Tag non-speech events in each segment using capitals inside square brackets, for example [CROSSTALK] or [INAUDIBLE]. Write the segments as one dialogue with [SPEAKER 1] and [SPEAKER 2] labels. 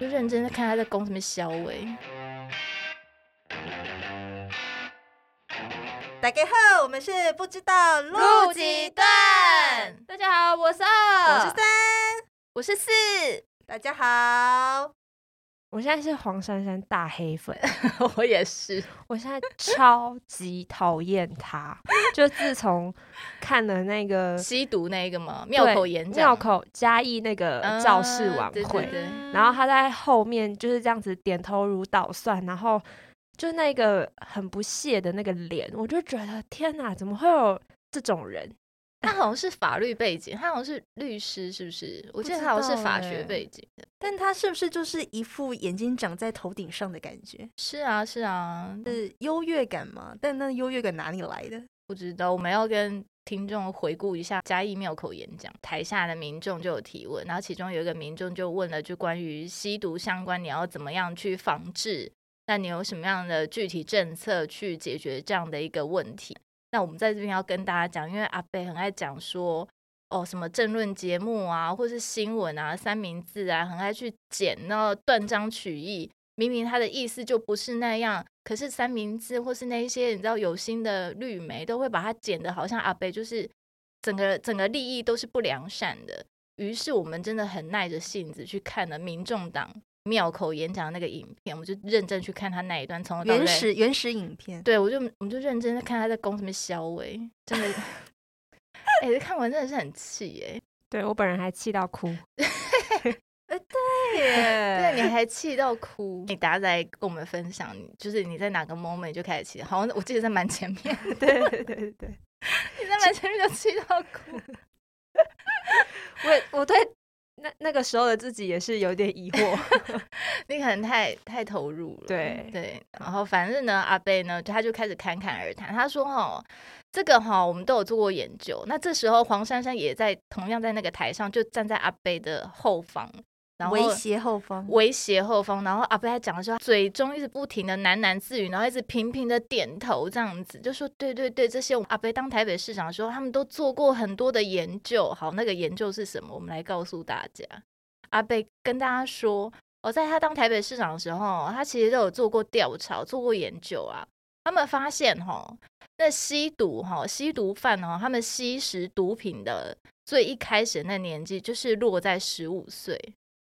[SPEAKER 1] 就认真的看他在攻什么小尾。
[SPEAKER 2] 大家好，我们是不知道
[SPEAKER 1] 录几段
[SPEAKER 3] 大家好，我是
[SPEAKER 2] 我
[SPEAKER 3] 二，
[SPEAKER 2] 是三，
[SPEAKER 1] 我是四，
[SPEAKER 2] 大家好，
[SPEAKER 3] 我现在是黄珊珊大黑粉，
[SPEAKER 1] [LAUGHS]
[SPEAKER 3] [LAUGHS]
[SPEAKER 1] 我也是。
[SPEAKER 3] 我现在超级讨厌他。就自从看了那个
[SPEAKER 1] 吸毒那一个嘛， [LAUGHS] 庙口演
[SPEAKER 3] 对庙
[SPEAKER 1] 讲，啊
[SPEAKER 3] 口嘉义那个造势晚
[SPEAKER 1] 对
[SPEAKER 3] 会，
[SPEAKER 1] 对
[SPEAKER 3] 然后他在后面就是这样子点头如捣蒜，然后就那个很不屑的那个脸，我就觉得天哪，怎么会有这种人？
[SPEAKER 1] 他好像是法律背景，他好像是律师，是不是？我记得
[SPEAKER 3] 不
[SPEAKER 1] 他
[SPEAKER 3] 知
[SPEAKER 1] 好像是
[SPEAKER 3] 道
[SPEAKER 1] 法
[SPEAKER 3] 欸
[SPEAKER 1] 学背景。
[SPEAKER 2] 但他是不是就是一副眼睛长在头顶上的感觉？
[SPEAKER 1] 是啊，是啊，
[SPEAKER 2] 是优越感吗？但那优越感哪里来的？
[SPEAKER 1] 不知道，我们要跟听众回顾一下嘉义庙口演讲，台下的民众就有提问，然后其中有一个民众就问了，就关于吸毒相关，你要怎么样去防治？那你有什么样的具体政策去解决这样的一个问题？那我们在这边要跟大家讲，因为阿贝很爱讲说，哦，什么政论节目啊，或是新闻啊、三明治啊，很爱去剪那断章取义。明明他的意思就不是那样，可是三明治或是那一些你知道有心的绿媒都会把它剪的，好像阿贝就是整个整个利益都是不良善的。于是我们真的很耐着性子去看了民众党庙口演讲那个影片，我们就认真去看他那一段，从头到
[SPEAKER 2] 原
[SPEAKER 1] 尾
[SPEAKER 2] 始原始影片，
[SPEAKER 1] 对，我就我们就认真的看他在攻什么小尾，真 [LAUGHS] 的，哎、看完真的是很气哎、
[SPEAKER 3] 对我本人还气
[SPEAKER 1] [LAUGHS]
[SPEAKER 3] 到哭。
[SPEAKER 1] 呃对，啊你
[SPEAKER 2] 对，
[SPEAKER 1] 还气到哭。你达仔跟我们分享，你就是你在哪个 moment 你就开始气，好像我记得在蛮前面，
[SPEAKER 3] [LAUGHS] 对对对对。
[SPEAKER 1] [LAUGHS] 你在蛮前面就气到哭。
[SPEAKER 3] 我我对那那个时候的自己也是有点疑惑。
[SPEAKER 1] [LAUGHS] 你可能太太投入了，
[SPEAKER 3] 对
[SPEAKER 1] 对。然后反正呢，阿贝呢，就他就开始侃侃而谈。他说：“哈，这个哈，我们都有做过研究。那这时候黄珊珊也在同样在那个台上，就站在阿贝的后方，然后
[SPEAKER 2] 威胁后方，
[SPEAKER 1] 威胁后方。然后阿贝还讲的时候，嘴中一直不停的喃喃自语，然后一直频频的点头，这样子就说：对对对，这些我们阿贝当台北市长的时候，他们都做过很多的研究。好，那个研究是什么？我们来告诉大家。阿贝跟大家说，哦，在他当台北市长的时候，他其实都有做过调查，做过研究啊。他们发现哈，那吸毒哈，吸毒犯哦，他们吸食毒品的最一开始那年纪就是落在十五岁。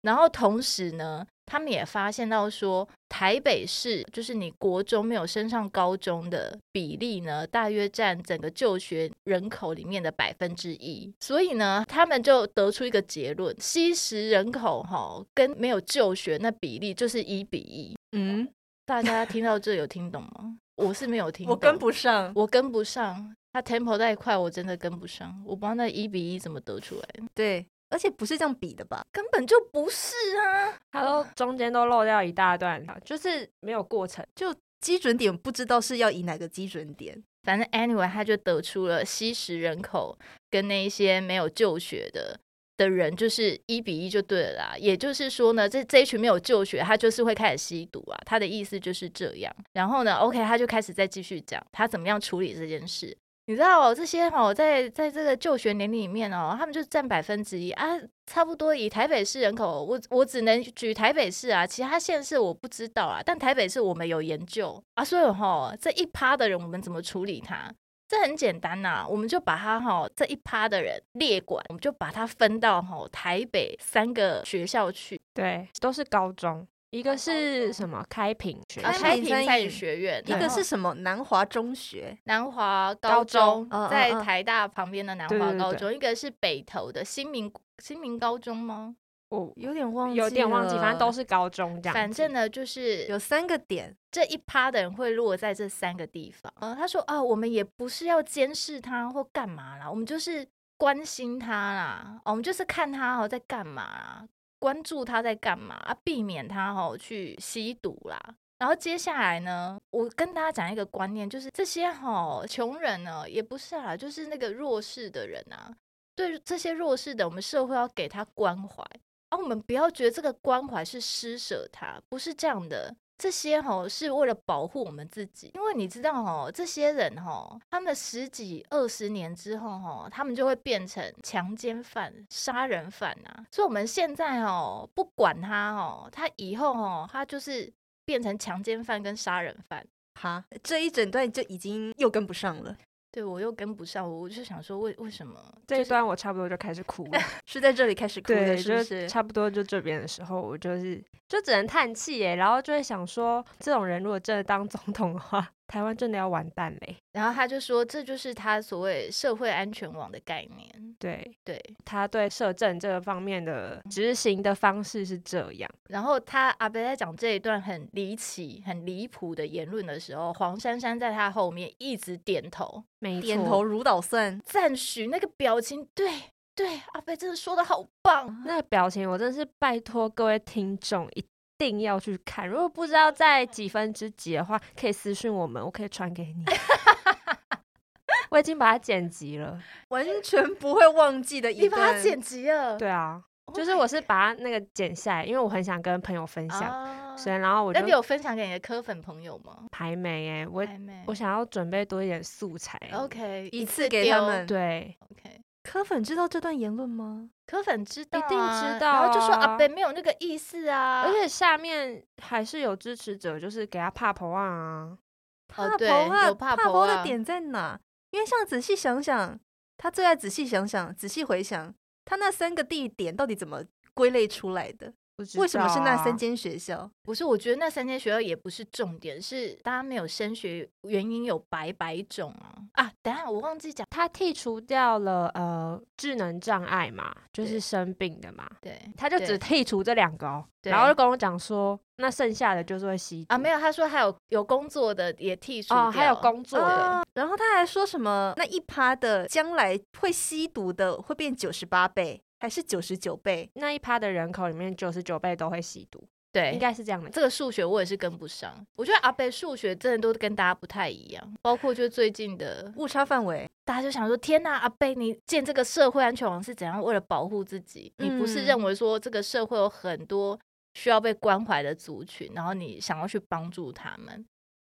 [SPEAKER 1] 然后同时呢，他们也发现到说，台北市就是你国中没有升上高中的比例呢，大约占整个就学人口里面的百分之一。所以呢，他们就得出一个结论：吸食人口哈、跟没有就学那比例就是一比一。
[SPEAKER 2] 嗯，
[SPEAKER 1] 大家听到这有听懂吗？我是没有听懂，
[SPEAKER 2] 我跟不上，
[SPEAKER 1] 我跟不上。他 tempo 太快，我真的跟不上。我不知道那一比一怎么得出来的，
[SPEAKER 2] 对，而且不是这样比的吧？
[SPEAKER 1] 根本就不是啊！
[SPEAKER 3] 他都中间都漏掉一大段，就是没有过程。
[SPEAKER 2] 就基准点不知道是要以哪个基准点，
[SPEAKER 1] 反正 anyway，他就得出了吸食人口跟那一些没有就学的的人，就是一比一就对了啦。也就是说呢，这这一群没有就学，他就是会开始吸毒啊。他的意思就是这样。然后呢，OK，他就开始再继续讲他怎么样处理这件事。你知道、哦、这些哦，在在这个就学年龄里面哦，他们就占百分之一啊，差不多以台北市人口，我我只能举台北市啊，其他县市我不知道啊。但台北市我们有研究啊，所以哈、这一趴的人我们怎么处理他？这很简单呐、我们就把他哈、这一趴的人列管，我们就把他分到哈、台北三个学校去，
[SPEAKER 3] 对，都是高中，一个是什么开平学
[SPEAKER 1] 啊，
[SPEAKER 2] 是
[SPEAKER 3] 校，
[SPEAKER 1] 台
[SPEAKER 2] 林
[SPEAKER 1] 平
[SPEAKER 2] 三哦
[SPEAKER 1] 餐
[SPEAKER 2] 义
[SPEAKER 1] 饮学院，
[SPEAKER 2] 一个是什么？南华中学，
[SPEAKER 1] 南华高
[SPEAKER 3] 高
[SPEAKER 1] 中
[SPEAKER 3] 中，
[SPEAKER 2] 嗯嗯
[SPEAKER 1] 在
[SPEAKER 2] 嗯
[SPEAKER 1] 台大旁边的南
[SPEAKER 3] 对
[SPEAKER 1] 华
[SPEAKER 3] 对
[SPEAKER 1] 高
[SPEAKER 3] 对
[SPEAKER 1] 中，一个是北投的新民新民高中吗？
[SPEAKER 3] 我
[SPEAKER 2] 有点忘记，
[SPEAKER 3] 有点忘记，反正都
[SPEAKER 2] 是
[SPEAKER 3] 是高中这样子。
[SPEAKER 1] 反正呢，就是
[SPEAKER 2] 有三个点，
[SPEAKER 1] 这一趴的人会落在这三个地方。呃，他说啊，我们也不是要监视他或干嘛啦，我们就是关心他啦，哦、我们就是看他哦在干嘛啦，关注他在干嘛啊，避免他哦去吸毒啦。然后接下来呢，我跟大家讲一个观念，就是这些哈、穷人呢，也不是啦，就是那个弱势的人啊，对这些弱势的，我们社会要给他关怀。啊，我们不要觉得这个关怀是施舍他，不是这样的。这些吼是为了保护我们自己，因为你知道吼，这些人吼，他们十几二十年之后吼，他们就会变成强奸犯、杀人犯啊。所以我们现在哦，不管他哦，他以后哦，他就是变成强奸犯跟杀人犯。
[SPEAKER 2] 哈，这一整段就已经又跟不上了，
[SPEAKER 1] 对我又跟不上，我就想说为为什么？
[SPEAKER 3] 这一段我差不多就开始哭了，
[SPEAKER 2] 是在这里开始哭的，
[SPEAKER 3] 对，
[SPEAKER 2] 是
[SPEAKER 3] 就
[SPEAKER 2] 不是？
[SPEAKER 3] 差不多就这边的时候，我就是就只能叹气耶，然后就会想说，这种人如果真的当总统的话，台湾真的要完蛋嘞。
[SPEAKER 1] 然后他就说，这就是他所谓社会安全网的概念。
[SPEAKER 3] 对
[SPEAKER 1] 对，
[SPEAKER 3] 他对社政这个方面的执行的方式是这样，
[SPEAKER 1] 然后他阿北在讲这一段很离奇、很离谱的言论的时候，黄珊珊在他后面一直点头
[SPEAKER 3] 没
[SPEAKER 2] 点
[SPEAKER 3] 错
[SPEAKER 2] 头如捣蒜，
[SPEAKER 1] 赞许，那个表情，对对，阿北真的说的好棒。
[SPEAKER 3] 那个表情，我真是拜托各位听众一定要去看。如果不知道在几分之几的话，可以私信我们，我可以传给你。 [LAUGHS] 我已经把它剪辑了，
[SPEAKER 2] 完全不会忘记的
[SPEAKER 1] 你
[SPEAKER 2] 一
[SPEAKER 1] 把它
[SPEAKER 2] 段。
[SPEAKER 1] 剪辑了，
[SPEAKER 3] 对啊，
[SPEAKER 1] Oh
[SPEAKER 3] 就是
[SPEAKER 1] my
[SPEAKER 3] 我是把它那个剪下来，因为我很想跟朋友分
[SPEAKER 1] god
[SPEAKER 3] 享，
[SPEAKER 1] 啊
[SPEAKER 3] 所以然后我
[SPEAKER 1] 那
[SPEAKER 3] 就
[SPEAKER 1] 你有分享给你的科粉朋友吗？
[SPEAKER 3] 还没哎、我
[SPEAKER 1] 还没
[SPEAKER 3] 我想要准备多一点素材。
[SPEAKER 1] ，OK，
[SPEAKER 2] 一次给他
[SPEAKER 1] 丢
[SPEAKER 2] 们
[SPEAKER 3] 对，
[SPEAKER 1] ，OK。
[SPEAKER 2] 柯粉知道这段言论吗？
[SPEAKER 1] 科粉知道、啊，
[SPEAKER 3] 定知
[SPEAKER 1] 然后就说
[SPEAKER 3] 道啊
[SPEAKER 1] 阿北没有那个意思啊，
[SPEAKER 3] 而且下面还是有支持者，就是给他怕婆啊，
[SPEAKER 1] 哦
[SPEAKER 2] 帕
[SPEAKER 1] 对
[SPEAKER 2] 婆啊，
[SPEAKER 1] 有帕
[SPEAKER 2] 帕
[SPEAKER 1] 婆
[SPEAKER 2] 婆的
[SPEAKER 1] 啊
[SPEAKER 2] 点在哪？因为像仔细想想，他最爱仔细想想，仔细回想，他那三个地点到底怎么归类出来的？
[SPEAKER 3] 不知道啊
[SPEAKER 2] 为什么是那三？间学校？
[SPEAKER 1] 不是，我觉得那三间学校也不是重点，是大家没有升学原因有百百种啊啊！等一下我忘记讲，
[SPEAKER 3] 他剔除掉了呃智能障碍嘛，就
[SPEAKER 1] 对
[SPEAKER 3] 是生病的嘛，
[SPEAKER 1] 对
[SPEAKER 3] 他就
[SPEAKER 1] 对
[SPEAKER 3] 只剔除这两个、哦，
[SPEAKER 1] 对
[SPEAKER 3] 然后就跟我讲说，那剩下的就是会吸毒
[SPEAKER 1] 啊，没有，他说还有有工作的也剔除
[SPEAKER 3] 哦，还有
[SPEAKER 1] 掉
[SPEAKER 3] 工作的，
[SPEAKER 2] 啊然后他还说什么那一趴的将来会吸毒的会变九十八倍还是九十九倍？
[SPEAKER 3] 那一趴的人口里面九十九倍都会吸毒，
[SPEAKER 1] 对，
[SPEAKER 3] 应该是这样的。
[SPEAKER 1] 这个数学我也是跟不上，我觉得阿北数学真的都跟大家不太一样，包括就最近的，
[SPEAKER 2] 误差范围
[SPEAKER 1] 大家就想说，天呐，阿北你建这个社会安全网是怎样为了保护自己？你不是
[SPEAKER 2] 嗯
[SPEAKER 1] 认为说这个社会有很多需要被关怀的族群，然后你想要去帮助他们？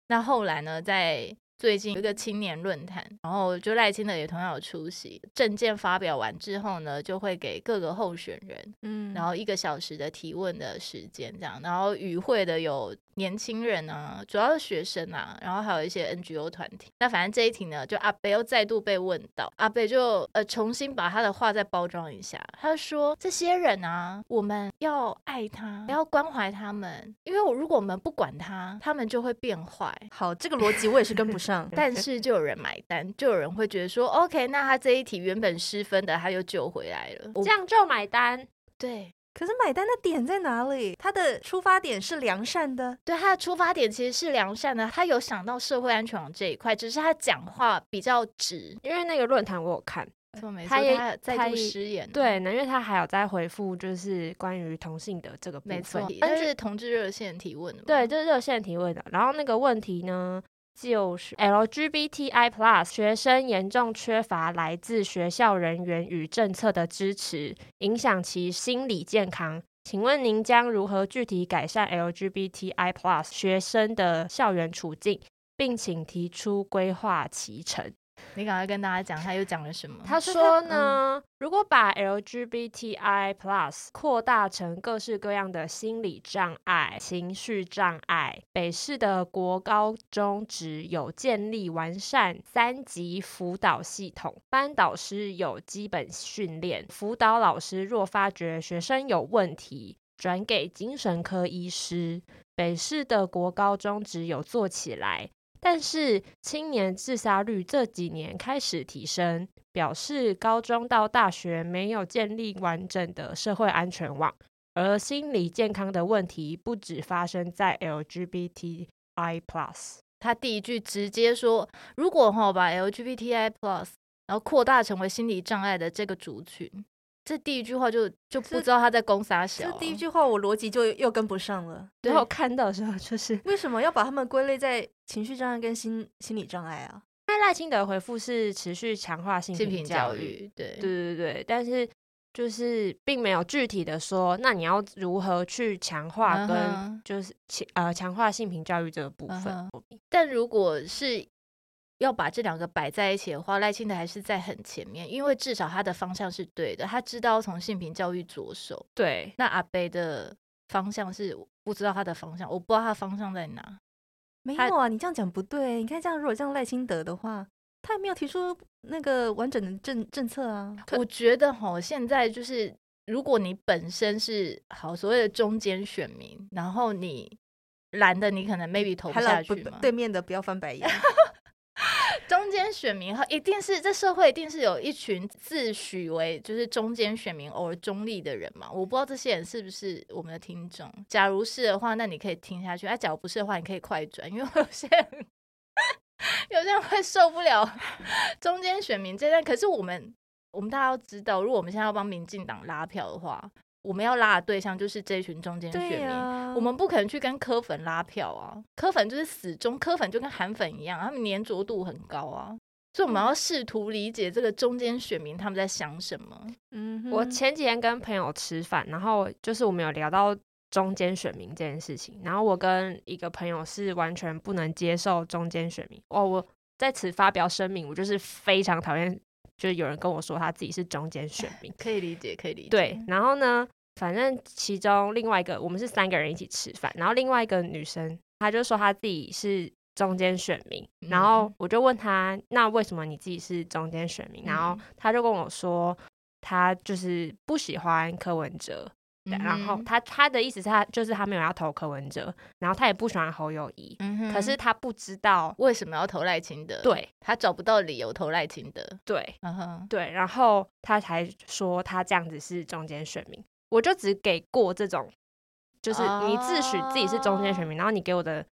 [SPEAKER 1] 那后来呢，在最近有一个青年论坛，然后就赖清德也同样有出席。证件发表完之后呢，就会给各个候选人，
[SPEAKER 2] 嗯
[SPEAKER 1] 然后一个小时的提问的时间这样。然后与会的有年轻人啊，主要是学生啊，然后还有一些 NGO 团体。那反正这一题呢，就阿北又再度被问到，阿北就呃重新把他的话再包装一下，他说：“这些人啊，我们要爱他，要关怀他们，因为我如果我们不管他，他们就会变坏。”。
[SPEAKER 2] 好，这个逻辑我也是跟不上
[SPEAKER 1] [LAUGHS] 但是就有人买单，就有人会觉得说，OK，那他这一题原本失分的，他又救回来了。我
[SPEAKER 3] 这样就买单，
[SPEAKER 1] 对
[SPEAKER 2] 可是买单的点在哪里？他的出发点是良善的，
[SPEAKER 1] 对，他的出发点其实是良善的，他有想到社会安全网这一块，只是他讲话比较直。
[SPEAKER 3] 因为那个论坛我有看，
[SPEAKER 1] 没错没错，
[SPEAKER 3] 他也
[SPEAKER 1] 他
[SPEAKER 3] 他
[SPEAKER 1] 再度
[SPEAKER 3] 也
[SPEAKER 1] 失言。，
[SPEAKER 3] 对，那因为他还有在回复，就是关于同性的这个部
[SPEAKER 1] 没
[SPEAKER 3] 分
[SPEAKER 1] 错，，
[SPEAKER 3] 但
[SPEAKER 1] 但
[SPEAKER 3] 是
[SPEAKER 1] 是同志热线提问的嘛，
[SPEAKER 3] 对，就是热线提问的。然后那个问题呢，就是 LGBTI plus 学生严重缺乏来自学校人员与政策的支持，影响其心理健康。请问您将如何具体改善 LGBTI plus 学生的校园处境，并请提出规划其成？
[SPEAKER 1] 你赶快跟大家讲，他又讲了什么？
[SPEAKER 3] 他嗯说呢，如果把 LGBTI plus 扩大成各式各样的心理障碍、情绪障碍，北市的国高中只有建立完善三级辅导系统，班导师有基本训练，辅导老师若发觉学生有问题，转给精神科医师。北市的国高中只有做起来，但是青年自杀率这几年开始提升，表示高中到大学没有建立完整的社会安全网，而心理健康的问题不止发生在 LGBTI plus。
[SPEAKER 1] 他第一句直接说，如果哈、把 LGBTI plus 然后扩大成为心理障碍的这个族群，这第一句话就就不
[SPEAKER 2] 这
[SPEAKER 1] 知道他在攻啥小
[SPEAKER 2] 这
[SPEAKER 1] 啊。
[SPEAKER 2] 第一句话我逻辑就又跟不上了。
[SPEAKER 1] 对嗯
[SPEAKER 3] 然后看到的时候，就是因
[SPEAKER 2] 为什么要把他们归类在情绪障碍跟心心理障碍啊？
[SPEAKER 3] 为赖清德回复是持续强化性
[SPEAKER 1] 性平
[SPEAKER 3] 教
[SPEAKER 1] 教，育，对嗯
[SPEAKER 3] 对对对，但是就是并没有具体的说，那你要如何去强化
[SPEAKER 1] 嗯
[SPEAKER 3] 跟
[SPEAKER 1] 哼
[SPEAKER 3] 就是强呃强化性平教育这个部分
[SPEAKER 1] 嗯。但如果是要把这两个摆在一起的话，赖清德还是在很前面，因为至少他的方向是对的，他知道从性平教育着手。
[SPEAKER 3] 对，
[SPEAKER 1] 那阿贝的方向是不知道他的方向，我不知道他方向在哪。
[SPEAKER 2] 没
[SPEAKER 1] 他
[SPEAKER 2] 有啊，你这样讲不对。你看，这样如果这样赖清德的话，他也没有提出那个完整的政政策啊。
[SPEAKER 1] 我觉得哈，现在就是如果你本身是好所谓的中间选民，然后你蓝的你可能 maybe 投不
[SPEAKER 2] 还
[SPEAKER 1] 下
[SPEAKER 2] 老
[SPEAKER 1] 去
[SPEAKER 2] 不
[SPEAKER 1] 嘛， [LAUGHS]
[SPEAKER 2] 对面的不要翻白眼，
[SPEAKER 1] 中间选民哈，一定是这社会一定是有一群自诩为就是中间选民偶尔中立的人嘛。我不知道这些人是不是我们的听众，假如是的话，那你可以听下去；，啊，假如不是的话，你可以快转，因为有些 [LAUGHS] 人有些人会受不了中间选民这段。可是我们我们大家要知道，如果我们现在要帮民进党拉票的话，我们要拉的对象就是这一群中间选
[SPEAKER 2] 对
[SPEAKER 1] 民。
[SPEAKER 2] 呀，
[SPEAKER 1] 我们不可能去跟柯粉拉票啊，柯粉就是死忠，柯粉就跟韩粉一样，他们粘着度很高啊，所以
[SPEAKER 3] 嗯
[SPEAKER 1] 我们要试图理解这个中间选民他们在想什么。。
[SPEAKER 2] 嗯哼，
[SPEAKER 3] 我前几天跟朋友吃饭，然后就是我们有聊到中间选民这件事情，然后我跟一个朋友是完全不能接受中间选民。哦，我在此发表声明，我就是非常讨厌，就是有人跟我说他自己是中间选民
[SPEAKER 1] 可以理解，可以理解。
[SPEAKER 3] 对，然后呢，反正其中另外一个我们是三个人一起吃饭，然后另外一个女生她就说她自己是。中间选民，然后
[SPEAKER 1] 嗯
[SPEAKER 3] 我就问她，那为什么你自己是中间选民？然后
[SPEAKER 1] 嗯
[SPEAKER 3] 她就跟我说，她就是不喜欢柯文哲，
[SPEAKER 1] 嗯
[SPEAKER 3] 对
[SPEAKER 1] 哼，
[SPEAKER 3] 然后她她的意思是她就是她没有要投柯文哲，然后她也不喜欢侯友谊，
[SPEAKER 1] 嗯哼
[SPEAKER 3] 可是她不知道，
[SPEAKER 1] 为什么要投赖清德？，
[SPEAKER 3] 对
[SPEAKER 1] 他找不到理由投赖清德。
[SPEAKER 3] 对，
[SPEAKER 1] 嗯哼，
[SPEAKER 3] 对，然后他才说他这样子是中间选民，我就只给过这种，就是你自诩自己是中间选
[SPEAKER 1] 哦
[SPEAKER 3] 民，然后你给我的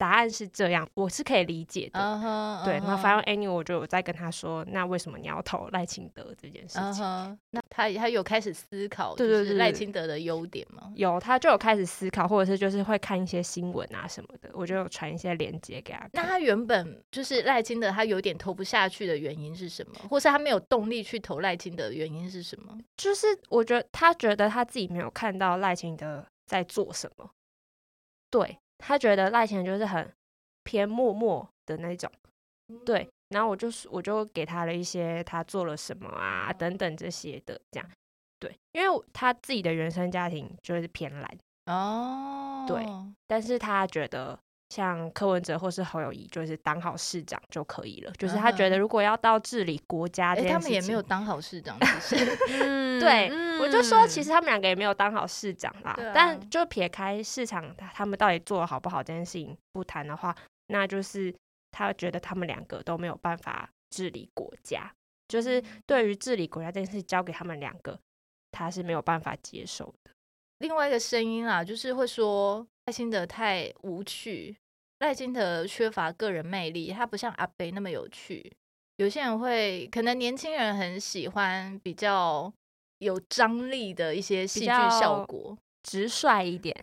[SPEAKER 3] 答案是这样，我是可以理解的。
[SPEAKER 1] 嗯哼，
[SPEAKER 3] 对，
[SPEAKER 1] 嗯
[SPEAKER 3] 那
[SPEAKER 1] 哼
[SPEAKER 3] 反正 anyway，我就有在跟他说，那为什么你要投赖清德这件事
[SPEAKER 1] 嗯
[SPEAKER 3] 情？
[SPEAKER 1] 哼，那他他有开始思考，
[SPEAKER 3] 对
[SPEAKER 1] 就
[SPEAKER 3] 对
[SPEAKER 1] 是
[SPEAKER 3] 对
[SPEAKER 1] 赖
[SPEAKER 3] 对
[SPEAKER 1] 清德的优点吗？
[SPEAKER 3] 有，他就有开始思考，或者是就是会看一些新闻啊什么的，我就有传一些链接给他
[SPEAKER 1] 那
[SPEAKER 3] 看。
[SPEAKER 1] 他原本就是赖清德，他有点投不下去的原因是什么？或是他没有动力去投赖清德的原因是什么？
[SPEAKER 3] 就是我觉得他觉得他自己没有看到赖清德在做什么，对他觉得赖清德就是很偏默默的那种，
[SPEAKER 1] 嗯
[SPEAKER 3] 对。然后我就说我就给他了一些他做了什么啊等等这些的，这样对，因为我他自己的原生家庭就是偏蓝，
[SPEAKER 1] 哦，
[SPEAKER 3] 对但是他觉得像柯文哲或是侯友谊就是当好市长就可以了，就是他觉
[SPEAKER 1] 嗯
[SPEAKER 3] 得
[SPEAKER 1] 哼
[SPEAKER 3] 如果要到治理国家这
[SPEAKER 1] 哎、
[SPEAKER 3] 件事情，
[SPEAKER 1] 他们也没有当好市长，其实 [LAUGHS]
[SPEAKER 2] [LAUGHS] 嗯，
[SPEAKER 3] 对，我就说
[SPEAKER 1] 嗯
[SPEAKER 3] 其
[SPEAKER 2] 实。
[SPEAKER 3] 实他们两个也没有当好市长啦，
[SPEAKER 1] 对啊
[SPEAKER 3] 但就撇开市场他他们到底做的好不好这件事情不谈的话，那就是他觉得他们两个都没有办法治理国家，就是对于治理国家这件事交给他们两个，他是没有办法接受的。
[SPEAKER 1] 另外一个声音啦，就是会说赖清德太无趣，赖清德缺乏个人魅力，他不像阿北那么有趣。有些人会，可能年轻人很喜欢比较有张力的一些戏剧效
[SPEAKER 3] 较
[SPEAKER 1] 果。
[SPEAKER 3] 直率一点，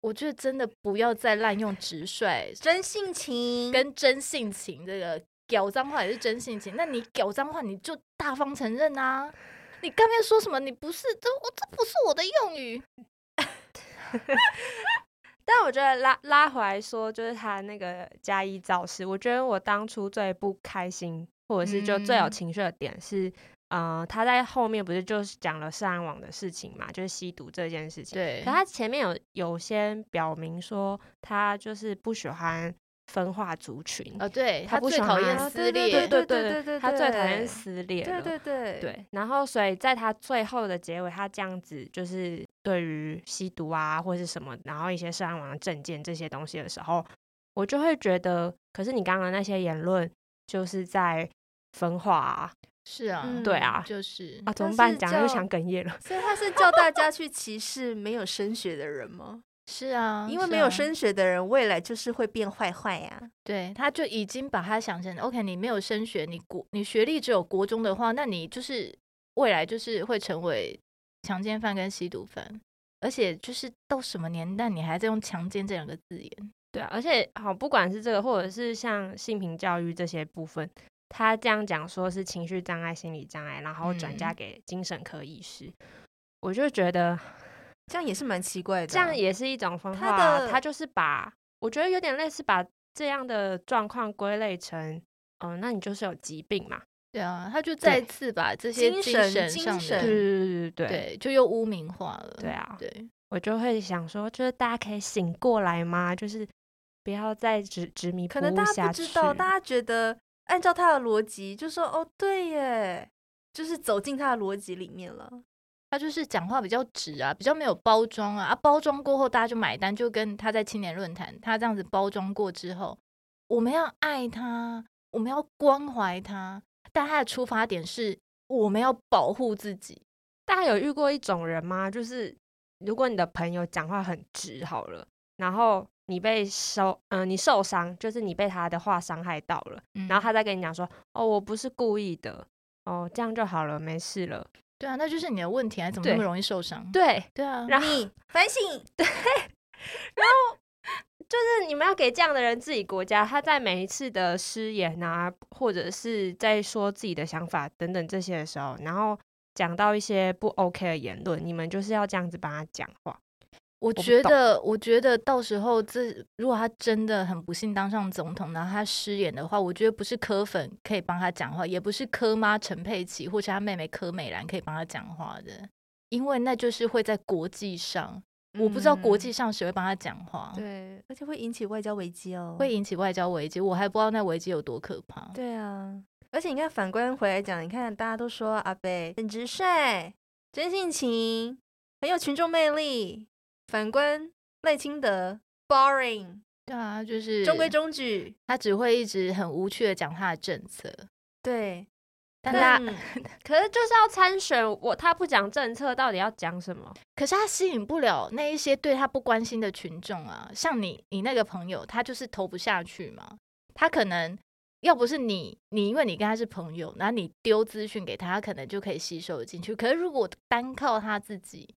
[SPEAKER 1] 我觉得真的不要再滥用直率
[SPEAKER 2] 真性情，
[SPEAKER 1] 跟真性情这个屌脏话也是真性情，那你屌脏话你就大方承认啊！你刚才说什么？你不是这我这不是我的用语，
[SPEAKER 3] 但我觉得拉拉回来说，就是他那个加一造势，我觉得我当初最不开心，或者是就最有
[SPEAKER 1] 嗯
[SPEAKER 3] 情绪的点是，呃，他在后面不是就是讲了上网的事情嘛，就是吸毒这件事情。
[SPEAKER 1] 对
[SPEAKER 3] 可他前面有有先表明说，他就是不喜欢分化族群，
[SPEAKER 1] 啊，对
[SPEAKER 3] 他不
[SPEAKER 1] 最
[SPEAKER 3] 喜
[SPEAKER 1] 讨
[SPEAKER 3] 欢
[SPEAKER 1] 厌
[SPEAKER 3] 啊
[SPEAKER 1] 撕
[SPEAKER 2] 对
[SPEAKER 1] 裂，
[SPEAKER 2] 呃对
[SPEAKER 3] 他最讨
[SPEAKER 2] 对
[SPEAKER 3] 厌撕裂了，
[SPEAKER 2] 对对对，
[SPEAKER 3] 对，然后所以在他最后的结尾，他这样子就是对于吸毒啊或是什么，然后一些涉案网的证件这些东西的时候，我就会觉得，可是你刚刚那些言论就是在分化啊，
[SPEAKER 1] 是啊，
[SPEAKER 2] 嗯
[SPEAKER 3] 对啊，
[SPEAKER 1] 就是
[SPEAKER 3] 啊怎
[SPEAKER 2] 但
[SPEAKER 3] 么办？
[SPEAKER 2] 是
[SPEAKER 3] 讲就
[SPEAKER 2] 叫
[SPEAKER 3] 想哽咽了。
[SPEAKER 2] 所以他是叫大家去歧视没有升学的
[SPEAKER 1] [LAUGHS]
[SPEAKER 2] 人吗？
[SPEAKER 1] 是啊，
[SPEAKER 2] 因为
[SPEAKER 1] 是
[SPEAKER 2] 没有
[SPEAKER 1] 啊
[SPEAKER 2] 升学的人，未来就是会变坏坏呀。
[SPEAKER 1] 对，他就已经把他想成 OK，你没有升学，你国你学历只有国中的话，那你就是未来就是会成为强奸犯跟吸毒犯，而且就是到什么年代你还在用强奸这两个字眼？
[SPEAKER 3] 对啊，而且好，不管是这个，或者是像性平教育这些部分，他这样讲说是情绪障碍、心理障碍，然后转
[SPEAKER 1] 嗯
[SPEAKER 3] 嫁给精神科医师。我就觉得
[SPEAKER 2] 这样也是蛮奇怪的啊、
[SPEAKER 3] 这样也是一种方法
[SPEAKER 2] 他
[SPEAKER 3] 啊，
[SPEAKER 2] 的
[SPEAKER 3] 他就是把我觉得有点类似把这样的状况归类成，嗯、那你就是有疾病嘛，
[SPEAKER 1] 对啊，他就再次把这些
[SPEAKER 2] 精
[SPEAKER 1] 精
[SPEAKER 2] 神精
[SPEAKER 1] 上的
[SPEAKER 3] 对
[SPEAKER 2] 对神
[SPEAKER 3] 对对对对
[SPEAKER 1] 对，就又污名化了。
[SPEAKER 3] 对啊，
[SPEAKER 1] 对，
[SPEAKER 3] 我就会想说，就是大家可以醒过来吗？就是不要再执执迷
[SPEAKER 2] 可
[SPEAKER 3] 不
[SPEAKER 2] 能
[SPEAKER 3] 悟
[SPEAKER 2] 大家
[SPEAKER 3] 下
[SPEAKER 2] 不知道，
[SPEAKER 3] 去
[SPEAKER 2] 大家觉得按照他的逻辑，就说哦，对耶，就是走进他的逻辑里面了。
[SPEAKER 1] 他就是讲话比较直啊，比较没有包装啊。啊，包装过后大家就买单，就跟他在青年论坛他这样子包装过之后，我们要爱他，我们要关怀他，但他的出发点是我们要保护自己。
[SPEAKER 3] 大家有遇过一种人吗？就是如果你的朋友讲话很直好了，然后你被受，嗯、你受伤，就是你被他的话伤害到了，
[SPEAKER 1] 嗯
[SPEAKER 3] 然后他再跟你讲说，哦，我不是故意的，哦，这样就好了，没事了。
[SPEAKER 1] 对啊，那就是你的问题啊，怎么
[SPEAKER 3] 对
[SPEAKER 1] 那么容易受伤？
[SPEAKER 3] 对，
[SPEAKER 1] 对啊，
[SPEAKER 3] 然后
[SPEAKER 2] 你反省，
[SPEAKER 3] 就是你们要给这样的人自己国家，他在每一次的失言啊，或者是在说自己的想法等等这些的时候，然后讲到一些不 OK 的言论，你们就是要这样子帮他讲话。
[SPEAKER 1] 我
[SPEAKER 3] 不
[SPEAKER 1] 觉
[SPEAKER 3] 懂
[SPEAKER 1] 得，我觉得到时候这如果他真的很不幸当上总统，然后他失言的话，我觉得不是柯粉可以帮他讲话，也不是柯妈陈佩琪或是他妹妹柯美兰可以帮他讲话的，因为那就是会在国际上，我不知道国际上谁会帮他讲话，
[SPEAKER 2] 嗯对，而且会引起外交危机哦，
[SPEAKER 1] 会引起外交危机，我还不知道那危机有多可怕。
[SPEAKER 2] 对啊，而且你看，反观回来讲，你看大家都说阿贝很直率、真性情，很有群众魅力。反观赖清德，boring，
[SPEAKER 1] 对啊，就是
[SPEAKER 2] 中规中矩。
[SPEAKER 1] 他只会一直很无趣的讲他的政策，
[SPEAKER 2] 对，
[SPEAKER 1] 但他
[SPEAKER 3] 那
[SPEAKER 2] 嗯
[SPEAKER 3] 可是就是要参选，我他不讲政策，到底要讲什么？
[SPEAKER 1] 可是他吸引不了那一些对他不关心的群众啊，像你，你那个朋友，他就是投不下去嘛。他可能要不是你，你因为你跟他是朋友，然后你丢资讯给他，他可能就可以吸收得进去。可是如果单靠他自己，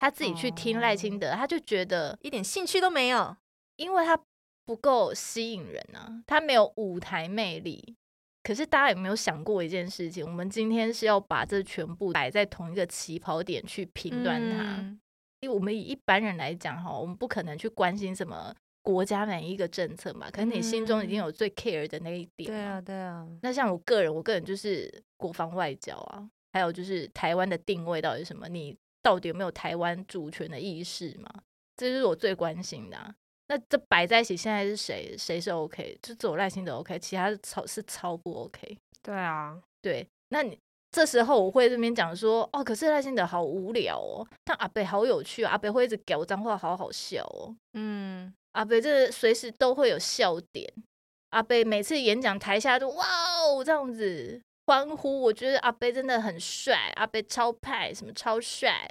[SPEAKER 1] 他自己去听赖清德，他就觉得，
[SPEAKER 2] 一点兴趣都没有。
[SPEAKER 1] 因为他不够吸引人啊，他没有舞台魅力。可是大家有没有想过一件事情？我们今天是要把这全部摆在同一个起跑点去评断他。
[SPEAKER 2] 嗯
[SPEAKER 1] 因为我们以一般人来讲哈，我们不可能去关心什么国家每一个政策嘛，可能你心中已经有最 care 的那一点、
[SPEAKER 2] 嗯对啊，，对啊，
[SPEAKER 1] 那像我个人，我个人就是国防外交啊，还有就是台湾的定位到底是什么，你到底有没有台湾主权的意识嘛？这就是我最关心的、啊。那这摆在一起，现在是谁谁是 OK？就只有赖清德 OK，其他的超是超不 OK。
[SPEAKER 3] 对啊，
[SPEAKER 1] 对，那你这时候我会这边讲说，哦，可是赖清德好无聊哦，但阿北好有趣、啊，阿北会一直搞脏话，好好笑哦，
[SPEAKER 2] 嗯，
[SPEAKER 1] 阿北这随时都会有笑点，阿北每次演讲台下都哇哦这样子欢呼，我觉得阿北真的很帅，阿北超派，什么超帅，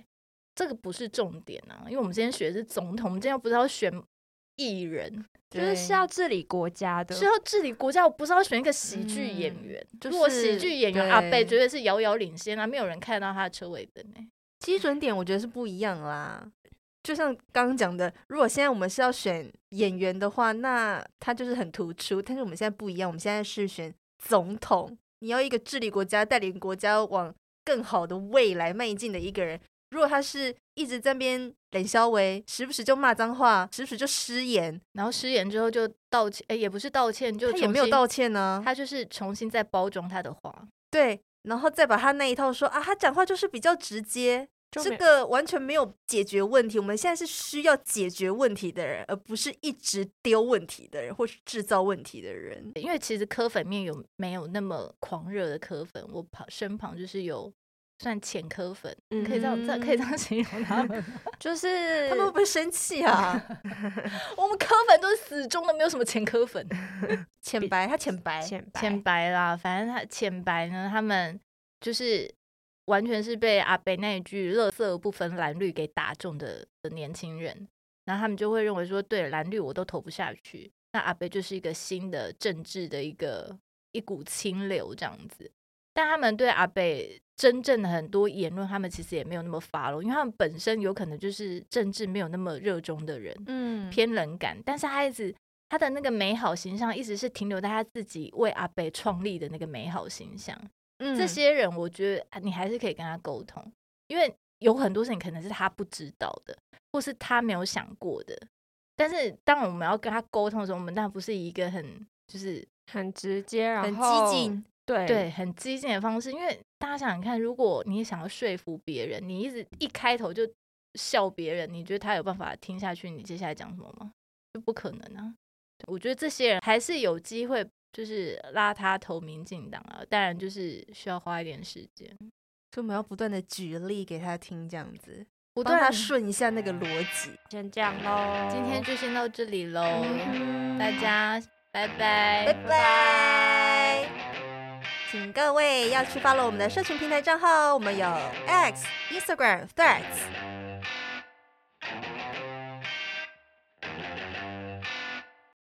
[SPEAKER 1] 这个不是重点啊，因为我们今天学的是总统，我们今天又不是要选艺人，
[SPEAKER 3] 就是是要治理国家的。
[SPEAKER 1] 是啊要治理国家，我不是要选一个喜剧演
[SPEAKER 2] 嗯
[SPEAKER 1] 员。
[SPEAKER 2] 就
[SPEAKER 1] 如果
[SPEAKER 2] 是
[SPEAKER 1] 喜剧演员阿贝
[SPEAKER 2] 对
[SPEAKER 1] 绝对是遥遥领先啊，没有人看到他的车尾灯哎、
[SPEAKER 2] 基准点我觉得是不一样啦。就像刚刚讲的，如果现在我们是要选演员的话，那他就是很突出。但是我们现在不一样，我们现在是选总统，你要一个治理国家、带领国家往更好的未来迈进的一个人。如果他是一直在那边冷笑为，时不时就骂脏话，时不时就失言，
[SPEAKER 1] 然后失言之后就道歉，哎、也不是道歉，就
[SPEAKER 2] 他也
[SPEAKER 1] 重
[SPEAKER 2] 没有
[SPEAKER 1] 新
[SPEAKER 2] 道，歉呢、
[SPEAKER 1] 他就是重新再包装他的话。
[SPEAKER 2] 对，然后再把他那一套说啊，他讲话就是比较直接，
[SPEAKER 3] 就
[SPEAKER 2] 这
[SPEAKER 3] 没
[SPEAKER 2] 个完全没有解决问题。我们现在是需要解决问题的人，而不是一直丢问题的人，或是制造问题的人。
[SPEAKER 1] 因为其实科粉面有没有那么狂热的科粉，我旁身旁就是有算浅科粉，可以这样、这样可以这
[SPEAKER 2] 嗯
[SPEAKER 1] 样形容他们吗。
[SPEAKER 3] 就是
[SPEAKER 2] 他们会不会生气啊？
[SPEAKER 1] 我们科粉都是死忠的，没有什么浅科粉。
[SPEAKER 2] 浅白，他浅白，
[SPEAKER 3] 浅白
[SPEAKER 1] 浅白啦，反正他浅白呢，他们就是完全是被阿北那一句“乐色不分蓝绿”给打中的的年轻人，然后他们就会认为说，对蓝绿我都投不下去，那阿北就是一个新的政治的一个一股清流这样子。但他们对阿北真正的很多言论，他们其实也没有那么发了，因为他们本身有可能就是政治没有那么热衷的人，
[SPEAKER 2] 嗯，
[SPEAKER 1] 偏冷感，但是他一直他的那个美好形象一直是停留在他自己为阿北创立的那个美好形象。
[SPEAKER 2] 嗯
[SPEAKER 1] 这些人，我觉得啊你还是可以跟他沟通，因为有很多事情可能是他不知道的，或是他没有想过的。但是，当我们要跟他沟通的时候，我们当然不是以一个很就是
[SPEAKER 3] 很直接，然
[SPEAKER 2] 很
[SPEAKER 3] 后
[SPEAKER 2] 激进，
[SPEAKER 3] 对
[SPEAKER 1] 对很激进的方式，因为大家想想看，如果你想要说服别人，你一直一开头就笑别人，你觉得他有办法听下去你接下来讲什么吗？就不可能啊！我觉得这些人还是有机会，就是拉他投民进党啊，当然就是需要花一点时间。
[SPEAKER 2] 所以我们要不断的举例给他听，这样子
[SPEAKER 1] 不
[SPEAKER 2] 帮
[SPEAKER 1] 断
[SPEAKER 2] 他
[SPEAKER 1] 地
[SPEAKER 2] 顺一下那个逻辑。
[SPEAKER 3] 先这样喽。
[SPEAKER 1] 今天就先到这里喽，哦大家拜拜，
[SPEAKER 2] 嗯拜拜。请各位要去 follow 我们的社群平台账号，我们有 X、Instagram、Threads，